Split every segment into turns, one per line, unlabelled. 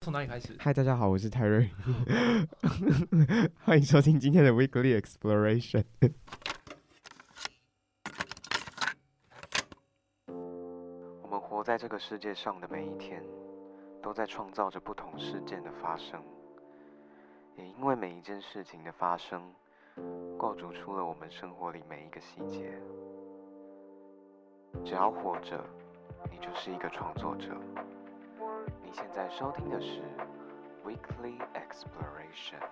从哪里开始？
嗨，大家好，我是泰瑞， 欢迎收听今天的 Weekly Exploration。我们活在这个世界上的每一天，都在创造着不同事件的发生，也因为每一件事情的发生，构筑出了我们生活里每一个细节。只要活着，你就是一个创作者。你现在收听的是 Weekly Exploration。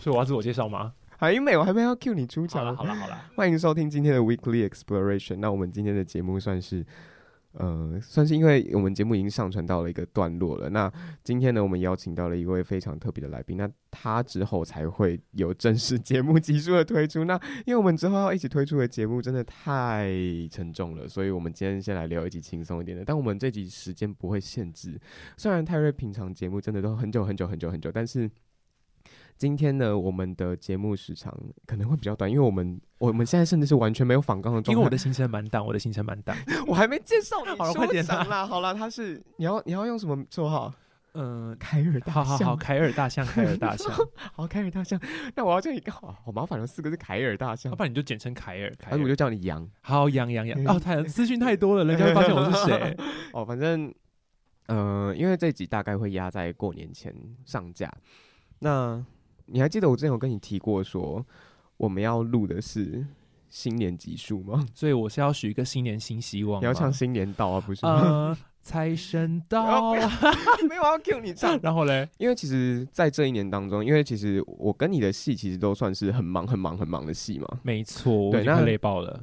所以我要自我介绍吗？
好，英美，我还没有要 cue 你出
好
场
了
啊。
好了好了，
欢迎收听今天的 Weekly Exploration。那我们今天的节目算是，呃，算是因为我们节目已经上传到了一个段落了。那今天呢，我们邀请到了一位非常特别的来宾。那他之后才会有正式节目集数的推出。那因为我们之后要一起推出的节目真的太沉重了，所以我们今天先来聊一集轻松一点的。但我们这集时间不会限制，虽然泰瑞平常节目真的都很久很久很久很久，但是。今天呢，我们的节目时长可能会比较短，因为我们我们现在甚至是完全没有访纲的状态。
因为我的行程蛮淡，我的行程蛮淡。
我还没介绍你，
好了快点啊
收场啦！好啦，他是你要你要用什么绰号？
嗯、
凯尔大
好
象。
好好，凯尔大象，凯尔大 象，
好，凯尔大象。那我要叫你干好好麻烦了，四个是凯尔大象
要，不然你就简称凯尔，凯
然后我
尔。
就叫你羊。
好，杨杨杨，哦，太资讯太多了，人家会发现我是 谁。
哦，反正，呃，因为这集大概会压在过年前上架。那你还记得我之前有跟你提过说我们要录的是新年集数吗？
所以我是要许一个新年新希望吗。
你要唱新年到啊，不是吗？
呃，财神到
哦，没有我要 Q 你唱。
然后嘞，
因为其实，在这一年当中，因为其实我跟你的戏其实都算是很忙、很忙、很忙的戏嘛。
没错，我
对
已经快
那
累爆了。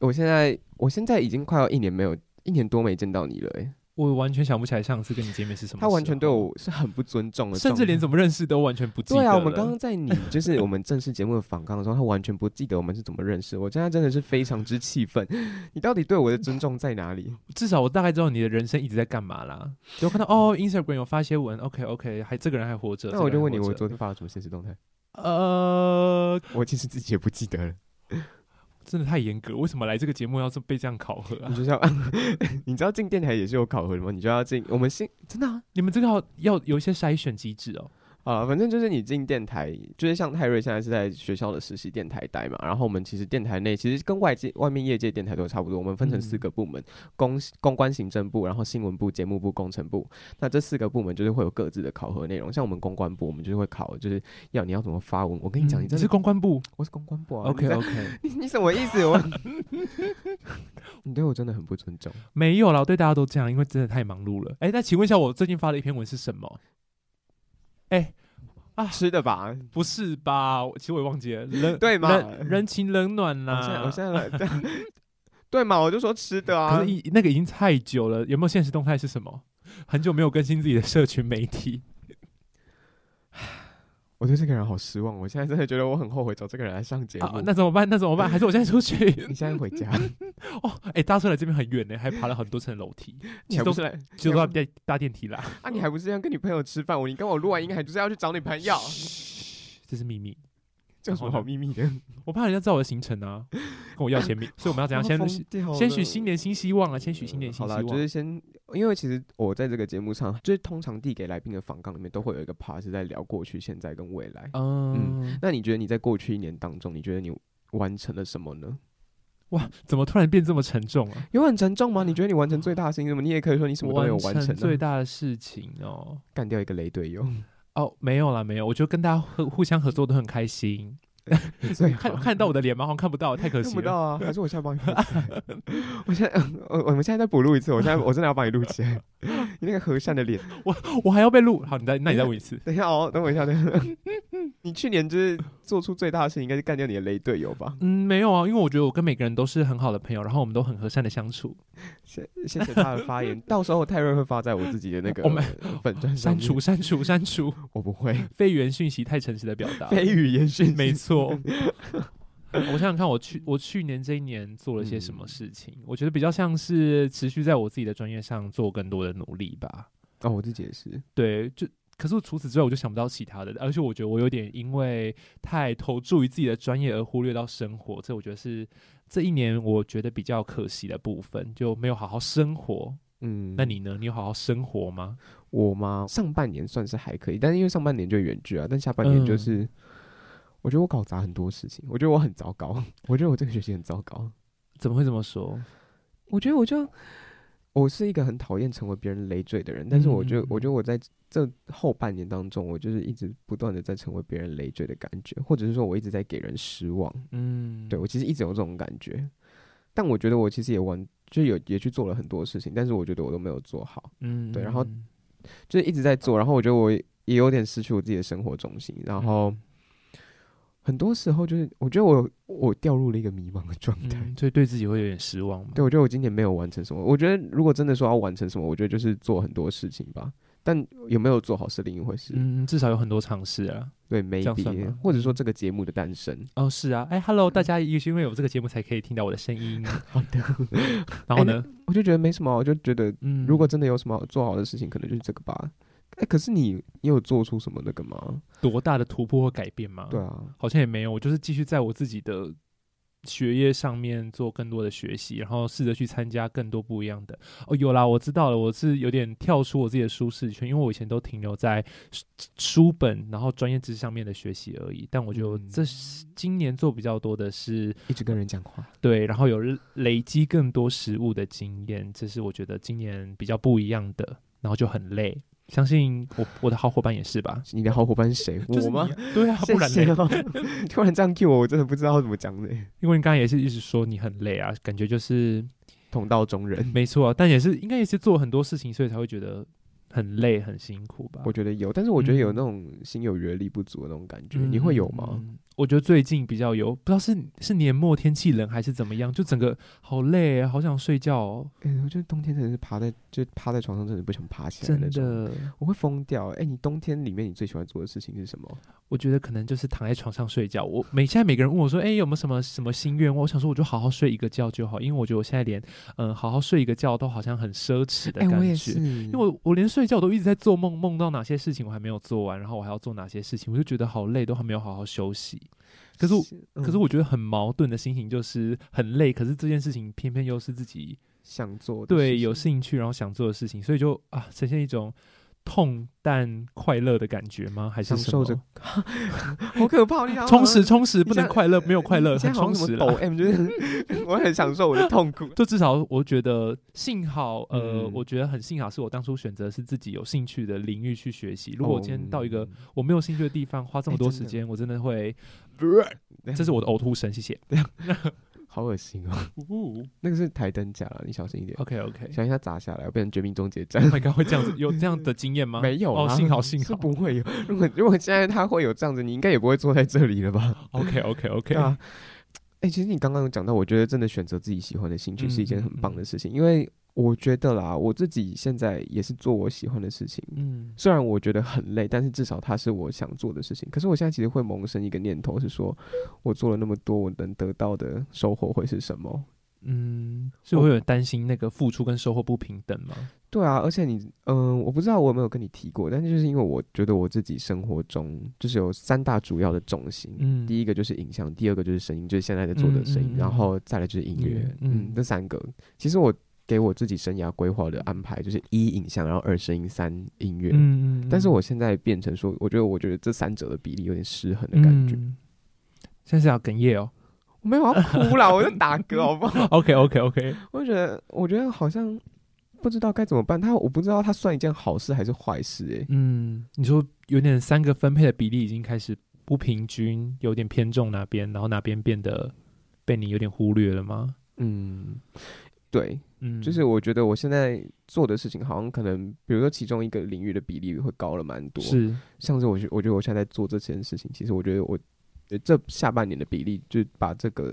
我现在，我现在已经快要一年没有，一年多没见到你了、欸。
我完全想不起来上次跟你见面是什么时
他
候，
完全对我是很不尊重的状
甚
态，
至连怎么认识都完全不记得了。
对啊，我们刚刚在你就是我们正式节目的访纲的时候，他完全不记得我们是怎么认识。我现在真的是非常之气愤，你到底对我的尊重在 哪里？
至少我大概知道你的人生一直在干嘛啦。有 看到哦，Instagram 有发些文，OK OK，还这个人还活着。
那我
这
就
个
问
人
你，
还活
我
着
昨天发了什么现实动态？
呃，
我其实自己也不记得了。
真的太严格，为什么来这个节目要这被这样考核
你
啊？
就像，你知道进电台也是有考核的吗？你就要进，我们新真的啊，
你们这个要要有一些筛选机制哦。
啊，反正就是你进电台，就是像泰瑞现在是在学校的实习电台待嘛，然后我们其实电台内其实跟外界外面业界电台都差不多，我们分成四
嗯
个部门：公公关行政部，然后新闻部、节目部、工程部。那这四个部门就是会有各自的考核内容，像我们公关部，我们就是会考，就是要你要怎么发文。我跟你讲，你真
是
的，
公关部
我是公关部啊
，OK
你在
OK，
你你什么意思？我， 你对我真的很不尊重。
没有啦，我对大家都这样，因为真的太忙碌了。哎，那请问一下，我最近发的一篇文是什么？哎，
吃的吧？
不是吧？我其实我也忘记了，人
对嘛
人人情冷暖
我
啦。
现在我现在来 对嘛？我就说吃的啊。
可是一那个已经太久了，有没有现实动态是什么？很久没有更新自己的社群媒体，
我对这个人好失望，我现在真的觉得我很后悔找这个人来上节目。
啊、那嗯怎么办？那怎 么办？还是我现在出去？
你现在回家，
哦，哎、搭车来这边很远呢，还爬了很多层楼梯，
你
其实
还不
都
是来？
就到电搭电梯啦。
啊，你还不是要跟你朋友吃饭？我你跟我录完音还就是要去找你朋友，
嘘这是秘密，
这有什么好秘密 的？
我怕人家知道我的行程啊，跟我要签 名，所以我们要怎样？先先许新年新希望啊，先许新年新
呃好
希
啦，
望。
就是先，因为其实我在这个节目上，就是通常递给来宾的访纲里面都会有一个 part 是在聊过去、现在跟未来。
嗯，
那你觉得你在过去一年当中，你觉得你完成了什么呢？
哇，怎么突然变这么沉重啊？
有很沉重吗？你觉得你完成最大的事情是什么？你也可以说你什么都没有完成啊
成最
呢？
大的事情哦。
干掉一个雷队友，
哦，没有啦，没有，我就跟大家互互相合作都很开心。
最好
看看到我的脸吗？好像看不到，太可
看
惜
不
了
到。啊，还是我现在帮你 录起来？我现在， 我我们现在再补录一次，我现在我真的要帮你录起来。 你那个和善的脸，
我还要被录。好，你再那你再问一次。
等一下哦，等我一下，等一下。 你去年就是做出最大的事，应该是干掉你的雷队友吧？
嗯，没有啊，因为我觉得我跟每个人都是很好的朋友，然后我们都很和善的相处。
谢谢谢他的发 言，到时候泰瑞会发在我自己的那个
我们
粉砖
删
上面
除、， 删除、删除
我不会
非原讯息，太诚实的表达。
非语言讯息
没错。我想想看，我去我去年这一年做了些什么事情？我觉得比较像是持续在我自己的专业上做更多的努力吧。
哦，我自己也是，
对，就可是除此之外，我就想不到其他的。而且我觉得我有点因为太投注于自己的专业而忽略到生活，这我觉得是这一年我觉得比较可惜的部分，就没有好好生活。
嗯，
那你呢？你有好好生活吗？
我吗？上半年算是还可以，但是因为上半年就远距啊，但下半年就
嗯
是，我觉得我搞砸很多事情，我觉得我很糟糕， 我觉得我这个学期很糟糕，
怎么会这么说？
我觉得我就我是一个很讨厌成为别人累赘的人，但是我觉得，我觉得我在这后半年当中，我就是一直不断的在成为别人累赘的感觉，或者是说我一直在给人失望。
嗯，
对我其实一直有这种感觉，但我觉得我其实也完就有也去做了很多事情，但是我觉得我都没有做好，
嗯，
对然后就是一直在做，然后我觉得我也也有点失去我自己的生活重心，然后很多时候就是我觉得我我掉入了一个迷茫的状态。
嗯，所以对自己会有点失望嘛。
对，我觉得我今年没有完成什么。我觉得如果真的说要完成什么，我觉得就是做很多事情吧。但有没有做好是另一回事。
嗯，至少有很多尝试啊。
对
样算
，maybe，
吗
或者说这个节目的诞生。
哦，是啊，哎，Hello，大家也是因为有这个节目才可以听到我的声音。 好的。哎然后呢？
我就觉得没什么，我就觉得
嗯，
如果真的有什么好做好的事情，可能就是这个吧。哎、可是你你有做出什么那个吗？
多大的突破或改变吗？
对，啊，
好像也没有，我就是继续在我自己的学业上面做更多的学习，然后试着去参加更多不一样的。哦，有啦，我知道了，我是有点跳出我自己的舒适圈，因为我以前都停留在书书本，然后专业知识上面的学习而已。但我觉得我
嗯
这是今年做比较多的是
一直跟人讲话。
对，然后有日累积更多实物的经验，这是我觉得今年比较不一样的，然后就很累。相信我我的好伙伴也是吧？
你的好伙伴是谁？
就是
我吗
你？啊？对啊，不然
谢谢
累。
哦你 突然这样 Q 我，我真的不知道怎么讲的。
因为你刚才也是一直说你很累啊，感觉就是
同道中人，
没错、啊，但也是应该也是做很多事情，所以才会觉得很累很辛苦吧
我。觉得有，但是我觉得有
啊嗯
那种心有余而力不足的那种感觉。你会有吗？
嗯？我觉得最近比较有，不知道是是年末天气冷还是怎么样，就整个好累、啊，好想睡觉、哦，
哎、我觉得冬天真的是趴在就趴在床上，真的不想爬起来
真
那种，
的。
我会疯掉。哎、你冬天里面你最喜欢做的事情是什么？
我觉得可能就是躺在床上睡觉。我每现在每个人问我说：“哎、有没有什么什么心愿望？”我想说，我就好好睡一个觉就好，因为我觉得我现在连嗯好好睡一个觉都好像很奢侈的
哎、
感觉。
我也是，
因
因
为我我连睡觉都一直在做梦，梦到哪些事情我还没有做完，然后我还要做哪些事情，我就觉得好累，都还没有好好休息。可是我，嗯可
嗯
是我觉得很矛盾的心情就是很累，可是这件事情偏偏又是自己
想做的
对
事
有
情
兴趣然后想做的事情，所以就啊呈现一种痛但快乐的感觉吗？还是
享
什
受
么？
着，好可怕！你好像
充实充实，不
这
能
样
快乐，没有快乐，
你现
很
在好
充
像什
实
么抖
了。
M，就是 我很享受我的痛苦。
就至少我觉得，幸好呃，
嗯
我觉得很幸好，是我当初选择是自己有兴趣的领域去学习。 如果我今天到一个
哦
我没有兴趣的地方，花这么
哎
多
真
时
的
间，我真的会，
嗯
这是我的呕吐声，谢谢。
好恶心哦，那个是台灯架了，你小心一点，
OK OK，
小心它砸下来，变成绝命终结 战
Oh。my god，会这样子有这样的经验吗？
没有
哦，
啦
幸好幸
是
好。
不会有。如果如果现在他会有这样子，你应该也不会坐在这里了吧？
OK OK OK，
对啊，哎、其实你刚刚有讲到，我觉得真的选择自己喜欢的兴趣是一件
嗯
很
嗯
棒
嗯
的事情，因为我觉得啦，我自己现在也是做我喜欢的事情，
嗯
虽然我觉得很累，但是至少它是我想做的事情。可是我现在其实会萌生一个念头，是说我做了那么多，我能得到的收获会是什么？
嗯，所以我有担心那个付出跟收获不平等吗？
对啊，而且你，嗯，我不知道我有没有跟你提过，但是就是因为我觉得我自己生活中就是有三大主要的重心，
嗯，
第一个就是影像，第二个就是声音，就是现在在做的声音，
嗯嗯嗯
然后再来就是音
音
乐
乐，嗯
嗯，这三个。其实我给我自己生涯规划的安排就是一影像，然后二声音，三音乐。
嗯，嗯嗯
但是我现在变成说，我觉得我觉得这三者的比例有点失衡的感觉。
嗯现在是要哽咽哦。
我没有要哭啦，我在打 嗝，好不好？
OK OK OK，
我就觉得，我觉得好像不知道该怎么办。他我不知道他算一件好事还是坏事、欸，
嗯，你说有点三个分配的比例已经开始不平均，有点偏重哪边，然后哪边变得被你有点忽略了吗？
嗯，对，
嗯，
就是我觉得我现在做的事情，好像可能，比如说其中一个领域的比例会高了蛮多，
是，
像是我觉，我觉得我现在在做这件事情，其实我觉得我呃这下半年的比例，就把这个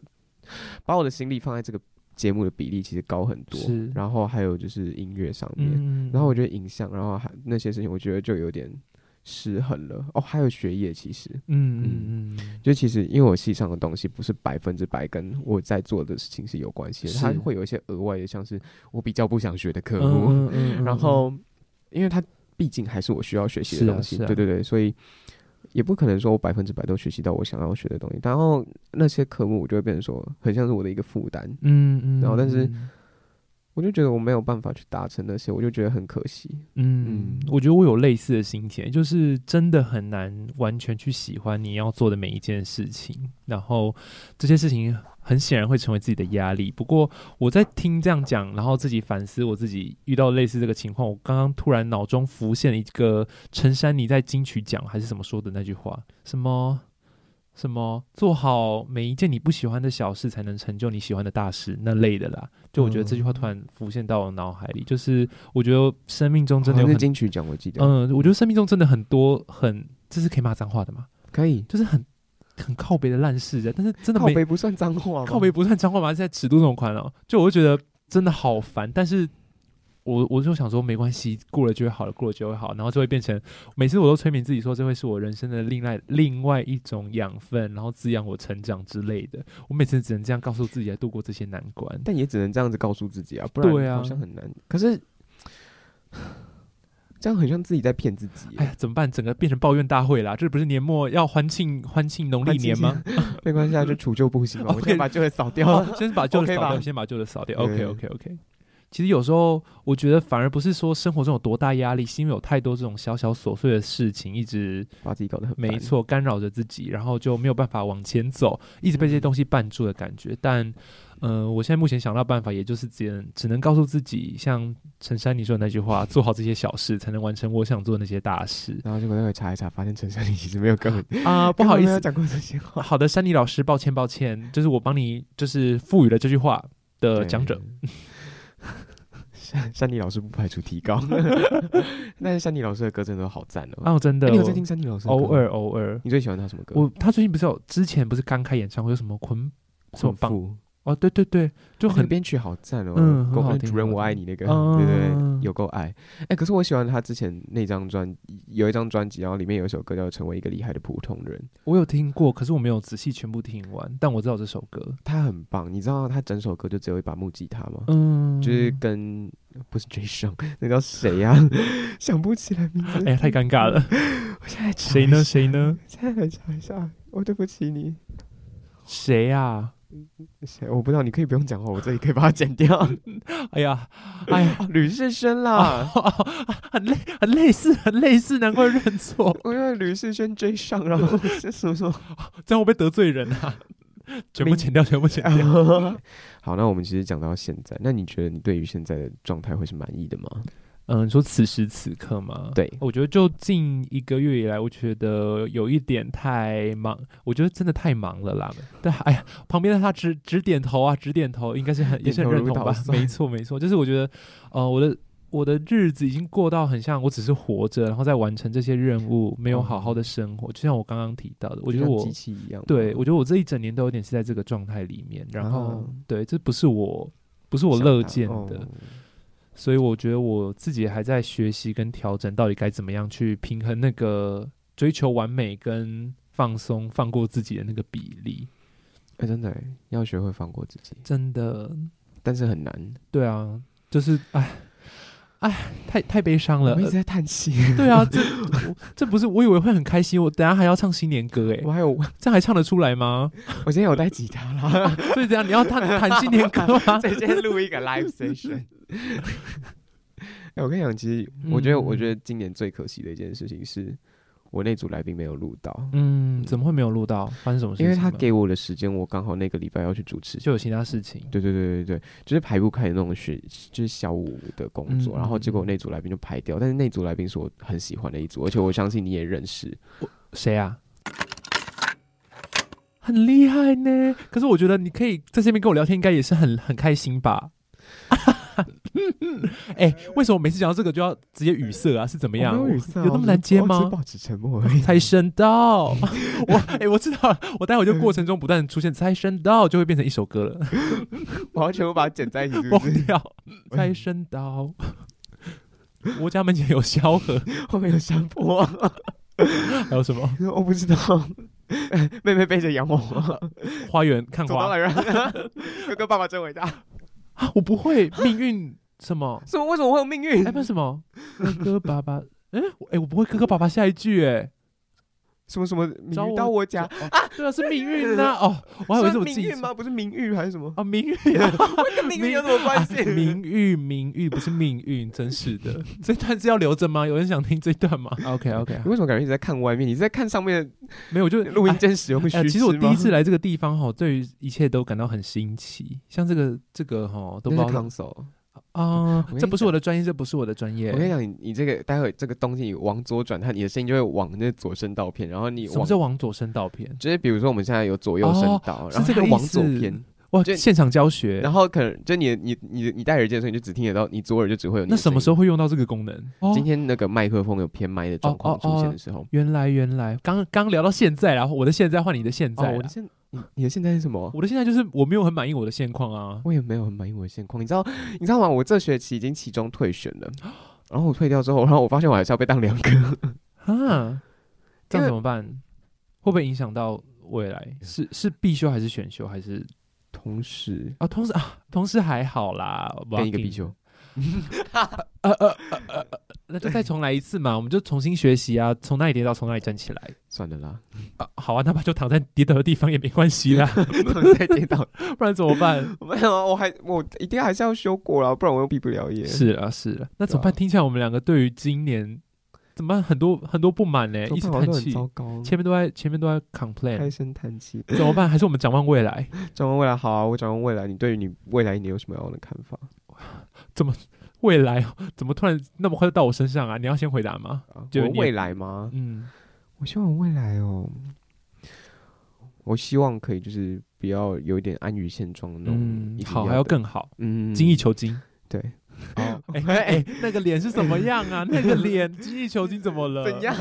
把我的心力放在这个节目的比例，其实高很多
是。
然后还有就是音乐上面，
嗯，
然后我觉得影像，然后还那些事情，我觉得就有点失衡了哦，还有学业其实。
嗯嗯嗯，
就其实，因为我系上的东西不是百分之百跟我在做的事情是有关系的，
是
它会有一些额外的，像是我比较不想学的科目，
嗯嗯嗯，
然后因为它毕竟还是我需要学习
是
的
啊
东西，
是啊
对对对，所以也不可能说我百分之百都学习到我想要学的东西。然后那些科目我就会变成说，很像是我的一个负担，
嗯嗯，
然后但是我就觉得我没有办法去达成那些，我就觉得很可惜。
嗯
嗯，
我觉得我有类似的心情，就是真的很难完全去喜欢你要做的每一件事情，然后这些事情很显然会成为自己的压力。不过我在听这样讲，然后自己反思我自己遇到类似这个情况，我刚刚突然脑中浮现了一个陈珊妮在金曲奖还是什么说的那句话，什么什么做好每一件你不喜欢的小事，才能成就你喜欢的大事那类的啦。就我觉得这句话突然浮现到我脑海里，就是我觉得生命中真的有
好像
很
是金曲奖，我记得、
嗯，我觉得生命中真的很多很，这是可以骂脏话的嘛，
可以。
就是很很靠北的烂事的，但是真的
靠
没
背不算脏话吗，
靠北不算脏话嘛，是在尺度那种宽哦，就我就觉得真的好烦，但是。我我就想说，没关系，过了就会好了，过了就会好，然后就会变成每次我都催眠自己说，这会是我人生的另外另外一种养分，然后滋养我成长之类的。我每次只能这样告诉自己来度过这些难关。
但也只能这样子告诉自己啊，不
对
然
啊
好像很难。可是这样很像自己在骗自己耶。
哎呀，怎么办？整个变成抱怨大会啦！这不是年末要欢庆欢庆农历年吗？
没关系啊，就除旧布 新嘛，我
OK
先把旧的扫掉
好
了。
先把旧的
哦 OK
扫掉，
吧
先把旧的扫掉。
对
OK OK OK。其实有时候我觉得反而不是说生活中有多大压力，是因为有太多这种小小琐碎的事情一直
把自己搞得很
没
烦，
错干扰着自己，然后就没有办法往前走，一直被这些东西绊住的感觉。但嗯、呃我现在目前想到办法，也就是只能只能告诉自己，像陈珊妮说的那句话，做好这些小事，才能完成我想做的那些大 事
然后结果待会查一查，发现陈珊妮其实没 有跟我
啊、不好意
根本没
思
有，讲过这些话。
好的，珊妮老师，抱歉抱歉，就是我帮你就是赋予了这句话的
对
呃讲者。
珊珊妮老师不排除 提高，但是珊妮老师的歌真的都好赞哦。
啊，我真的，
哎你有在
我
听珊妮老师？
偶尔，偶尔，
你最喜欢她什么歌？
我他最近不是有之前不是刚开演唱会有什么捆什么
很
绑
棒，
哦，对对对，就
那个
很
编曲好赞哦。
嗯很
狗
好
那
听
主人
很好
我爱
听
你那个，
嗯
对对对，有够爱。哎，可是我喜欢她之前那张专，有一张专辑，然后里面有一首歌叫《成为一个厉害的普通人》。
我有听过，可是我没有仔细全部听完，但我知道这首歌，
他很棒，你知道他整首歌就只有一把木吉他吗？
嗯，
就是跟不是 J 上，那叫谁呀、 想不起来名 字。
哎呀，太尴尬 了，
我现在查
谁
一
呢
下？
谁呢？
现在来查一下，我对不起你。
谁啊呀？
谁？我不知道，你可以不用讲话，我这里可以把它剪 掉。
哎呀， 哎呀，
啊吕世轩啦，
很类很类似，很类似，难怪认错，
我因为吕世轩 J 上，然后是什么什么。
这样会不会得罪人啊？ 全部剪掉，全部剪掉。
好，那我们其实讲到现在，那你觉得你对于现在的状态会是满意的吗？
嗯，你说此时此刻吗？
对
我觉得就近一个月以来，我觉得有一点太忙，我觉得真的太忙了啦。但哎呀，旁边的他直直点头啊，直点头，应该是很也是很认同
点头
吧
如捣？蒜
没错，没错，就是我觉得，呃，我的我的日子已经过到很像我只是活着，然后再完成这些任务，没有好好的生活。就像我刚刚提到的，我觉得
哦就像嗯
我
机器一样，
对，我觉得我这一整年都有点是在这个状态里面，然后、
啊
对，这不是我不是
想
我
法
乐见的。
哦
所以我觉得我自己还在学习跟调整，到底该怎么样去平衡那个追求完美跟放松、放过自己的那个比例。
哎、真的欸要学会放过自己，
真的，
但是很难。
对啊，就是哎哎，太太悲伤了
我。一直在叹气，
呃 对啊，这我这不是我以为会很开心，我等下还要唱新年歌哎
我，还有我
这样还唱得出来吗？
今天有带吉他啦，
所以这样你要弹弹新年歌 吗？
直接录一个 live session。哎、我跟你讲，其实我觉得，
嗯
我觉得今年最可惜的一件事情是，我那组来宾没有录到，
嗯，怎么会没有录到？发生什么事情
因
了？
为他给我的时间，我刚好那个礼拜要去主持。
就有其他事情。
对对对对对，就是排不开的那种学，就是小五的工作，
嗯
然后结果
嗯
那组来宾就排掉，但是那组来宾是我很喜欢的一组，而且我相信你也认识，
谁啊？很厉害呢。可是我觉得你可以在这边跟我聊天，应该也是很很开心 吧？哎、为什么每次讲到这个就要直接语塞啊？是怎么
怎
样？
有
有那么难接吗？
保持沉默 而已。
财神 到，我哎、我知道了，我待会就过程中不断出现财神到，就会变成一首歌了，
我要全部把它剪在一起，是不
崩
是？
掉。财神到，我家门前有萧何，
后面有山 坡、啊，
还有什么
我不知道。 妹妹背着洋娃娃
花园 看
走到
花
了人，哥哥爸爸真伟大。
啊？我不会命运什么？
什么？为什么会有命运
哎，？不是什么哥哥爸爸？哎、我哎、我不会哥哥爸爸下一句哎、
什么什么？你
找我
到我家，
哦对啊，是命运 呐、哦，我还以为
是
是我自
命
己
运吗？不是名誉还是什么？
啊，名誉
跟命运有什么 关系？
名誉，名誉不是命运，真是 的。这段是要留着吗？有人想听这段吗？OK OK，
哎你为什么感觉一直在看外面？你是在看上面
没有，我就
的录音
哎
间使用
哎
须
其实我
知
第一
吗
次来这个地方哈，对于一切都感到很新奇。像这个这个哈，都不
那
知
是
道
console。
啊
跟，你
这不是我的专业，这不是我的专业
我。跟你讲，你你这个待会这个东西你往左转，它你的声音就会往那左声道偏，然后你
什么
往
叫往左声道偏？
就是比如说我们现在有左右声
哦
道，
是
然后
这个
它
意
往左
思
偏，
哇，
就
现场教学
然。后可能就你你你你戴耳机的时候，你就只听得到，你左耳就只会有你
那
的
什么时
候？
候会用到这个功能？哦
今天那个麦克风有偏麦的状况出现的时候，
原来原来，刚刚聊到现在，然后我的现在换你的现在
哦，我
啦
的，现你你的现在是什么？
我的现在就是我没有很满意我的现况啊。
我也没有很满意我的现况，你知道你知道吗？我这学期已经期中退选 了，然后我退掉之后，然后我发现我还是要被当两个，
啊，这样
因为
怎么办？会不会影响到未来？是是必修还是选修还是
同时
啊？同时啊，同时还好啦，
跟一个必
Walking
修。
那就再重来一次嘛，我们就重新学习啊，从哪里跌倒从哪里站起来
算了 啦，
啊。好啊，那么就躺在跌倒的地方也没关系啦，
再跌倒，
不然怎么办？
没有啊，我还我一定还是要修过啦，不然我又毕不了业。
是啊，是啊，那怎么办？
对啊
听起来我们两个对于今年怎么办很多很多不满呢，
怎
一
么
直
办，我
叹
都很
气，
糟糕，
前面都在前面都在 complain，
唉声叹气。
怎么办？还是我们展望未来？
展望未来，好啊，我展望未来，你对于你未来你有什么样的看法
未来哦怎么突然那么快就到我身上啊？你要先回答吗？
啊？
就
我
你
未来吗？
嗯，
我希望未来哦，我希望可以就是不要有一点安于现状的那种
嗯
一，定的，
好，还要更好，
嗯
精益求 精。
对，
哦，哎 哎，那个脸是什么样啊？那个脸，精益求精怎么了？
怎样？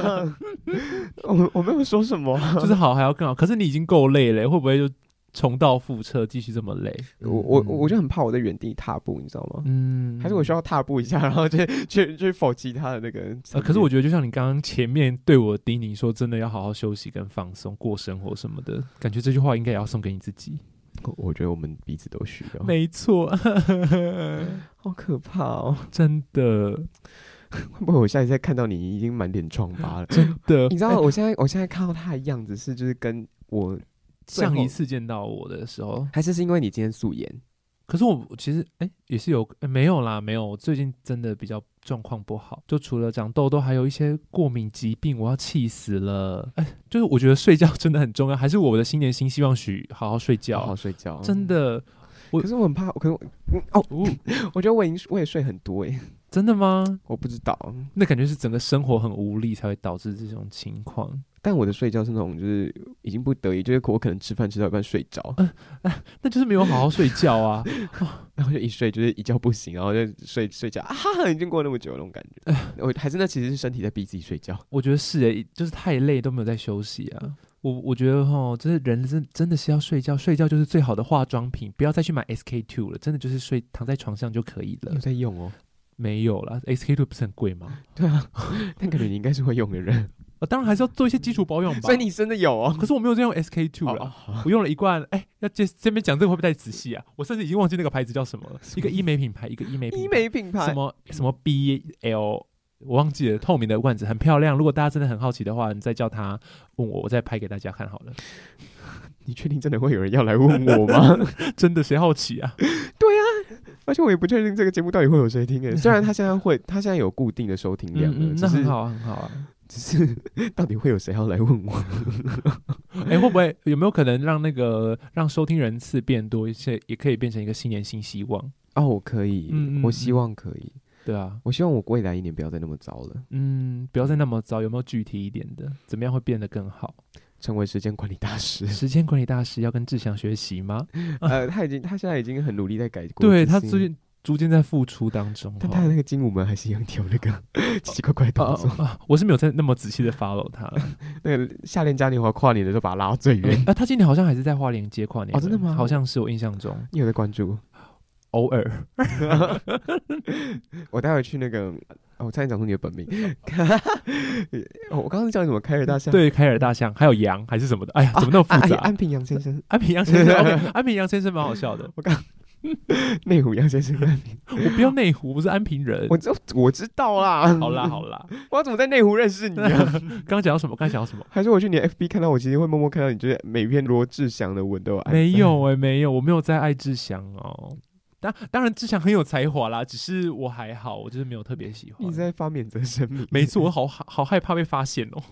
我我没有说什么啊，
就是好，还要更好。可是你已经够累了，会不会就重蹈覆辙，继续这么累？
我我
嗯
我就很怕我在原地踏步，你知道吗？
嗯
还是我需要踏步一下，然后去去去否其他的那个层面、
呃，可是我觉得，就像你刚刚前面对我叮咛说，真的要好好休息跟放松，过生活什么的，感觉这句话应该也要送给你自己。
我我觉得我们彼此都需要，
没错，
好可怕哦！
真的，
会不会我下一次再看到你已经满脸疮 疤了？
真的，
你知道我现在我现在看到他的样子是就是跟我最
上
后
一次见到我的时候，
还是是因为你今天素颜
可是我其实哎、也是有、哎没有啦，没有，我最近真的比较状况不好，就除了长痘痘，还有一些过敏疾病，我要气死了。哎、就是我觉得睡觉真的很重要，还是我的新年新希望许好好睡觉，
好好嗯睡觉，
真。的我
可是我很怕，可是我嗯哦，
哦，
我觉得我已经我也睡很多诶，
真的吗？
我不知道，
那感觉是整个生活很无力才会导致这种情况。
但我的睡觉是那种就是已经不得已，就是我可能吃饭吃到一半睡着，
嗯那就是没有好好睡觉 啊！
然后就一睡就是一觉不醒，然后就睡睡觉啊，哈哈，已经过了那么久了那种感觉。
嗯
我还是那其实是身体在逼自己睡觉。
我觉得是诶、就是太累都没有在休息啊。我我觉得哈，就是人真真的是要睡觉，睡觉就是最好的化妆品，不要再去买 SK two 了，真的就是睡躺在床上就可以
你有
了。
在用哦？
没有啦 s k two 不是很贵吗？
对啊，但感觉你应该是会用的人，
呃，当然还是要做一些基础保养吧。
所以你真的有哦。
可是我没有在用 SK two
哦
了。
哦好
我用了一罐，哎、要这这边讲这个会不会太仔细啊？我甚至已经忘记那个牌子叫什么了，一个医美品牌，一个医美品牌
医美品牌
什么什么 BL，我忘记了，透明的罐子很漂亮。如果大家真的很好奇的话，你再叫他问我，我再拍给大家看好 了。
你确定真的会有人要来问我 吗？
真的谁好奇啊？
而且我也不确定这个节目到底会有谁 听诶。欸虽然他现在会，他现在有固定的收听量了，
嗯嗯，
只
那
是
很好啊，很好啊。
只是 到底会有谁要来问我？
哎、会不会有没有可能让那个让收听人次变多一些，也可以变成一个新年新希望？
哦，我可以，
嗯嗯
我希望可以，
对啊，
我希望我未来一年不要再那么糟了，
嗯，不要再那么糟，有没有具体一点的？怎么样会变得更好？。
成为时间管理大 师
时间管理大师要跟志祥学习 吗？
呃，他已经，他现在已经很努力在改过自新，
对他最近逐渐在付出当中哦。
但他的那个精武门还是一样跳那 个奇奇怪怪的
啊
动作。
啊啊我是没有在那么仔细的 follow 他了。
那个夏恋嘉年华跨年的时候把他拉到最远
嗯，啊，他今年好像还是在花莲街跨年
哦真的吗
好像是我印象中，
你有在关注？
偶尔
我待会去那个哦，我差点讲出你的本名。 哦我刚刚是叫你什么？凯尔大象？
对，凯尔大象，还有羊还是什么的，哎呀，
啊，
怎么那么
啊
复
哎
杂？
安平杨先生，
安平杨先生，OK，安平杨先生蛮好笑的。
内湖杨先生，安平
我不要内湖，我是安平人。
我知我知道啦。
好啦好啦，
我怎么在内湖认识你 啊？
刚刚讲到什么？刚刚讲到什么？
还是我去你的 FB 看到我，其实会默默看到你，就是每篇罗志祥的文都有按赞
没有哎、没有，我没有在爱志祥哦。当当然，志祥很有才华啦，只是我还好，我就是没有特别喜欢
你。在发免责声明，
没错，我好好好害怕被发现哦。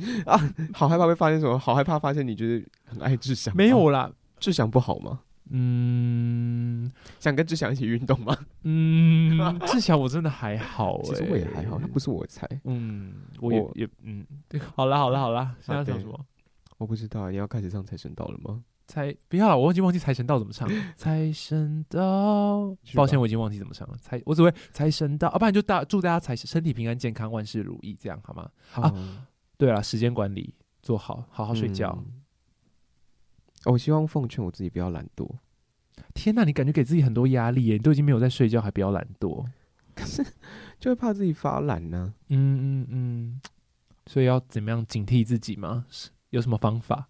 好害怕被发现什么？好害怕发现你就是很爱志祥，哦
没，有啦，
志祥不好吗？
嗯
想跟志祥一起运动吗？
嗯，志祥我真的还好、欸，
其实我也还好，那不是我的菜，
嗯，我也
我
也嗯， 对好啦好啦好啦，现在要讲
对
什么？
我不知道你要开始上财神到了吗？
财不要了，我忘记忘记财神到怎么唱。 财神 到，
去吧
抱歉，我已经忘记怎么唱了。财，我只会财神到，啊，不然就大祝大家财神身体平安健康，万事如意，这样好吗？啊
嗯，
对了，时间管理做好，好好睡觉。
嗯哦我希望奉劝我自己不要懒惰，
天呐，你感觉给自己很多压力耶，你都已经没有在睡觉，还不要懒惰。
就会怕自己发懒呢、
嗯嗯嗯，所以要怎么样警惕自己吗？是有什么方法？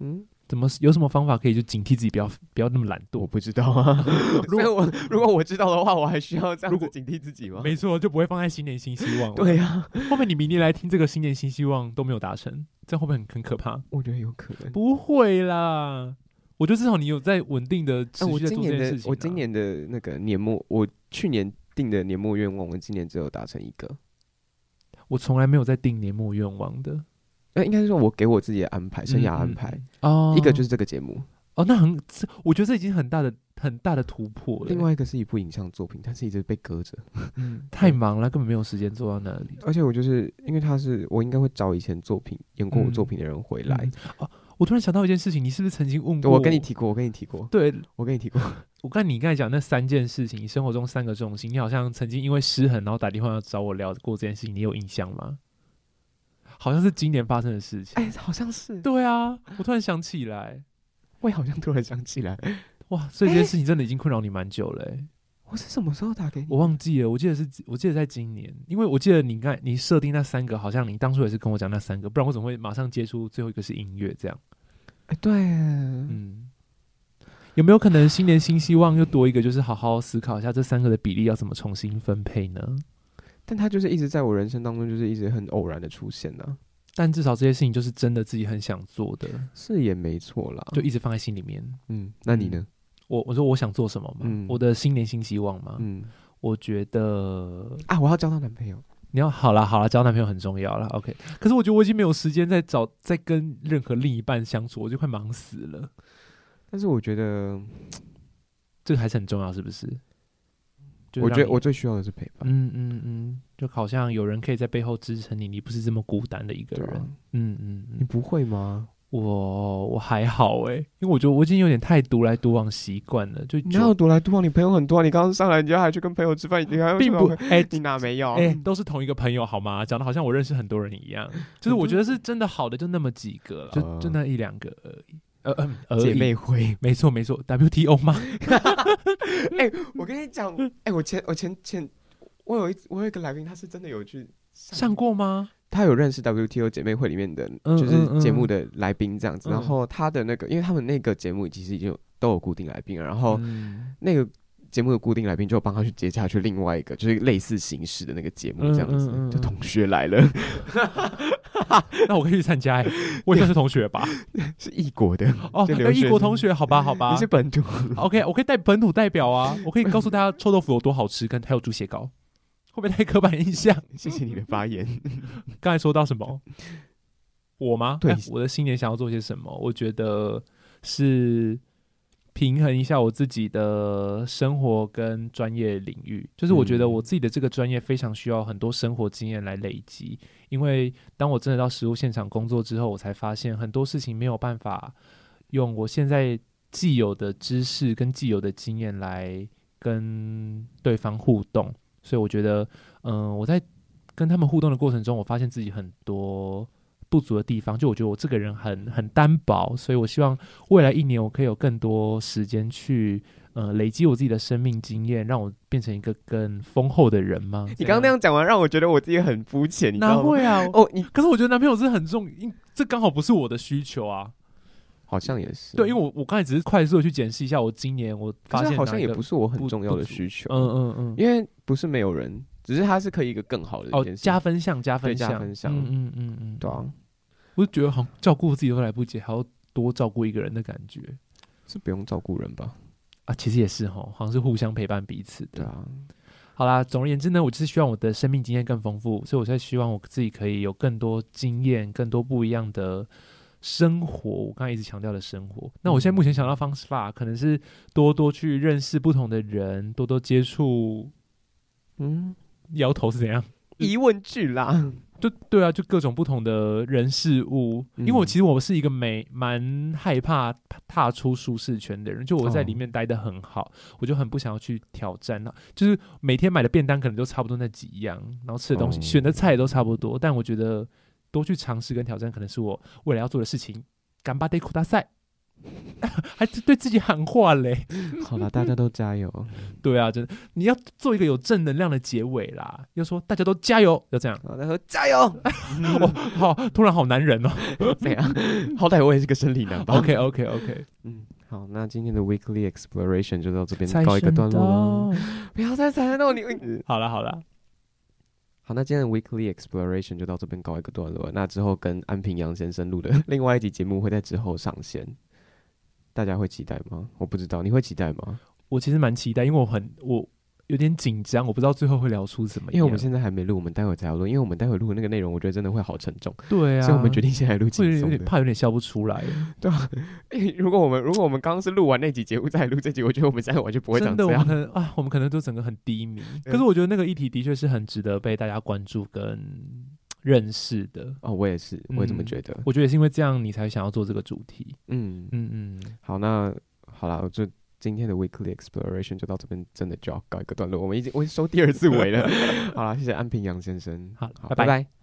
嗯，
怎么有什么方法可以就警惕自己，不要不要那么懒
我
惰？
不知 道啊。
如
如
果
果我如果我知道的话，我还需要这
如
样
果
子警惕自己吗？
没错，就不会放在新年新希望了。
对啊呀、
后面你明年来听这个新年新希望都没有达成，这样会不会很很可 怕？
我觉得有可能。
不会啦，我觉得至少你有在稳定的持
哎，我
续在
今
做这
年
件事
的
情、啊
我今，年的那个年末，我去年定的年末愿望，我今年只有达成一个。
我从来没有在定年末愿望的
呃，应该是说我给我自己的安排，生涯
嗯
安排，
嗯哦
一个就是这个节目，
哦，那很，这我觉得这已经很大的很大的突破了。
另，外一个是一部影像作品，但是一直被搁着。
嗯，太忙了，根本没有时间做到那里。
而且我就是因为他是我应该会找以前作品演过我
嗯
作品的人回来。
嗯哦，我突然想到一件事情，你是不是曾经问过
我跟你？提过，我跟你提过，
对，
我跟你提过。
我看你刚才讲那三件事情，你生活中三个重心，你好像曾经因为失衡，然后打电话要找我聊过这件事情，你有印象吗？好像是今年发生的事情。
哎，好像是，
对啊，我突然想起来，
我也好像突然想起来，
哇，所以这件事情真的已经困扰你蛮久了欸、
我是什么时候打给你？
我忘记了，我记得是，我记得在今年，因为我记得你刚才你设定那三个，好像你当初也是跟我讲那三个，不然我怎么会马上接触最后一个是音乐这样？
哎，对，
嗯，有没有可能新年新希望又多一个，就是好好思考一下这三个的比例要怎么重新分配呢？
但他就是一直在我人生当中，就是一直很偶然的出现啊呢、
但至少这些事情就是真的自己很想做的，
是也没错啦。
就一直放在心里面。
嗯，那你呢？
我我说我想做什么嘛，
嗯
我的新年新希望嘛，
嗯
我觉得
啊，我要交到男朋友。
你要好啦好啦，交男朋友很重要啦。OK，可是我觉得我已经没有时间再找再跟任何另一半相处，我就快忙死了。
但是我觉得，
这个还是很重要，是不是？就是
我觉得
让你
我最需要的是陪伴。
嗯嗯嗯，就好像有人可以在背后支撑你，你不是这么孤单的一个
对
人
啊。
嗯嗯
你
嗯，
不会吗？
我我还好诶、因为我觉得我已经有点太独来独往习惯了，就
你哪有独来独往？你朋友很多啊！你刚刚上来，你就还去跟朋友吃饭，你还要去
并不
跟朋友
哎
你哪没有？嗯
哎、都是同一个朋友好吗？讲的好像我认识很多人一样，就是我觉得是真的好的就那么几个了，就
嗯
就那一两个而已。呃嗯，而
姐
已。
妹会，
没错没错，WTO 吗？
我跟你讲，哎、我前我前前，我有一我有一个来宾，他是真的有去
上，过吗？
他有认识 WTO 姐妹会里面的，
嗯
就是节目的来宾这样子。
嗯嗯嗯
然后他的那个，因为他们那个节目其实已经有都有固定来宾了，啊然后
嗯，
那个节目的固定来宾就帮他去接下去另外一个，就是类似形式的那个节目这样子。
嗯嗯嗯嗯
就同学来了，
那我可以去参加哎、我也算是同学 吧。
是异国的，
哦，
就
有
留
异
学
国
生
同学，好吧好吧
你是。本土。
OK，我可以带本土代表啊，我可以告诉大家臭豆腐有多好吃，跟还有猪血糕。会不会太刻板印象？
谢谢你的发 言。
刚才说到什么？我吗？
对
哎我的新年想要做些什么？我觉得是平衡一下我自己的生活跟专业领域。就是我觉得
嗯
我自己的这个专业非常需要很多生活经验来累积，因为当我真的到实务现场工作之后，我才发现很多事情没有办法用我现在既有的知识跟既有的经验来跟对方互动。呃所以我觉得，嗯、我在跟他们互动的过程中，我发现自己很多不足的地方，就我觉得我这个人很很单薄，所以我希望未来一年我可以有更多时间去呃累积我自己的生命经验，让我变成一个更丰厚的人吗？
你刚刚那
样
样讲完，让我觉得我自己很肤浅，你知
哪
道吗？
会啊？
哦，你
可是我觉得男朋友是很重，因这刚好不是我的需求啊。
好像也是，
对，因
为
为我我刚才只是快速的去检视一下，我今年我发现
好像
哪一
也
个
不是我很
不
重要
不
的
足
需求，
嗯嗯嗯，
因为不是没有人，只是它是可以一个更好的一
哦
件，事
加分项加分
对加
项
分项
嗯嗯嗯嗯，
对啊，
我就觉得好像照顾自己都来不及，还要多照顾一个人的感觉
是不用照顾人吧？
啊。其实也是哈，好像是互相陪伴彼此
对
的。
啊，
好啦，总而言之呢，我就是希望我的生命经验更丰富，所以我才希望我自己可以有更多经验，更多不一样的。生活，我刚才一直强调的生活。那我现在目前想到方式法，可能是多多去认识不同的人，多多接触。
嗯，
摇头是怎样？
疑问句啦，
就对啊，就各种不同的人事物。因为我
嗯
其实我是一个没蛮害怕踏出舒适圈的人，就我在
哦
里面待得很好，我就很不想要去挑战了。就是每天买的便当可能都差不多那几样，然后吃的东西、
哦
选的菜也都差不多，但我觉得多去尝试跟挑战，可能是我未来要做的事情。干巴得苦大赛， 还是对自己喊话嘞。
好啦，大家都加油，
对啊，真的，你要做一个有正能量的结尾啦，要说大家都加油，要这样。
好，他说加油，
我好，突然好男人哦。
怎样？好歹我也是个生理男 吧
OK OK OK，
嗯，好，那今天的 Weekly Exploration 就到这边告一个段落了。不要再踩到你。嗯
好了好了，
好，那今天的 Weekly Exploration 就到这边告一个段落了。那之后跟安平洋先生录的另外一集节目会在之后上线，大家会期待吗？我不知道，你会期待吗？
我其实蛮期待，因为我很我有点紧张，我不知道最后会聊出什么样。
因为我们现在还没录，我们待会才要录，因为我们待会录的那个内容，我觉得真的会好沉重，
对啊，
所以我们决定现在录
会
轻
有
松
点
的。
怕，有点笑不出来。
如果我们如果我们刚刚是录完那集节目再录这集，我觉得我们现在完全不会
真
长
的，我们
这样。
可能啊，我们可能都整个很低迷。
对
可是我觉得那个议题的确是很值得被大家关注跟认识的。
哦，我也是，我也这么
嗯
觉得。
我觉得也是因为这样，你才想要做这个主题。
嗯，
嗯嗯，
好，那好啦，我就今天的 Weekly Exploration 就到这边， 真的就要告一个段落。我们已经我已经收第二次尾了。好啦，谢谢安平杨先生，
好
好，
拜
拜
拜
拜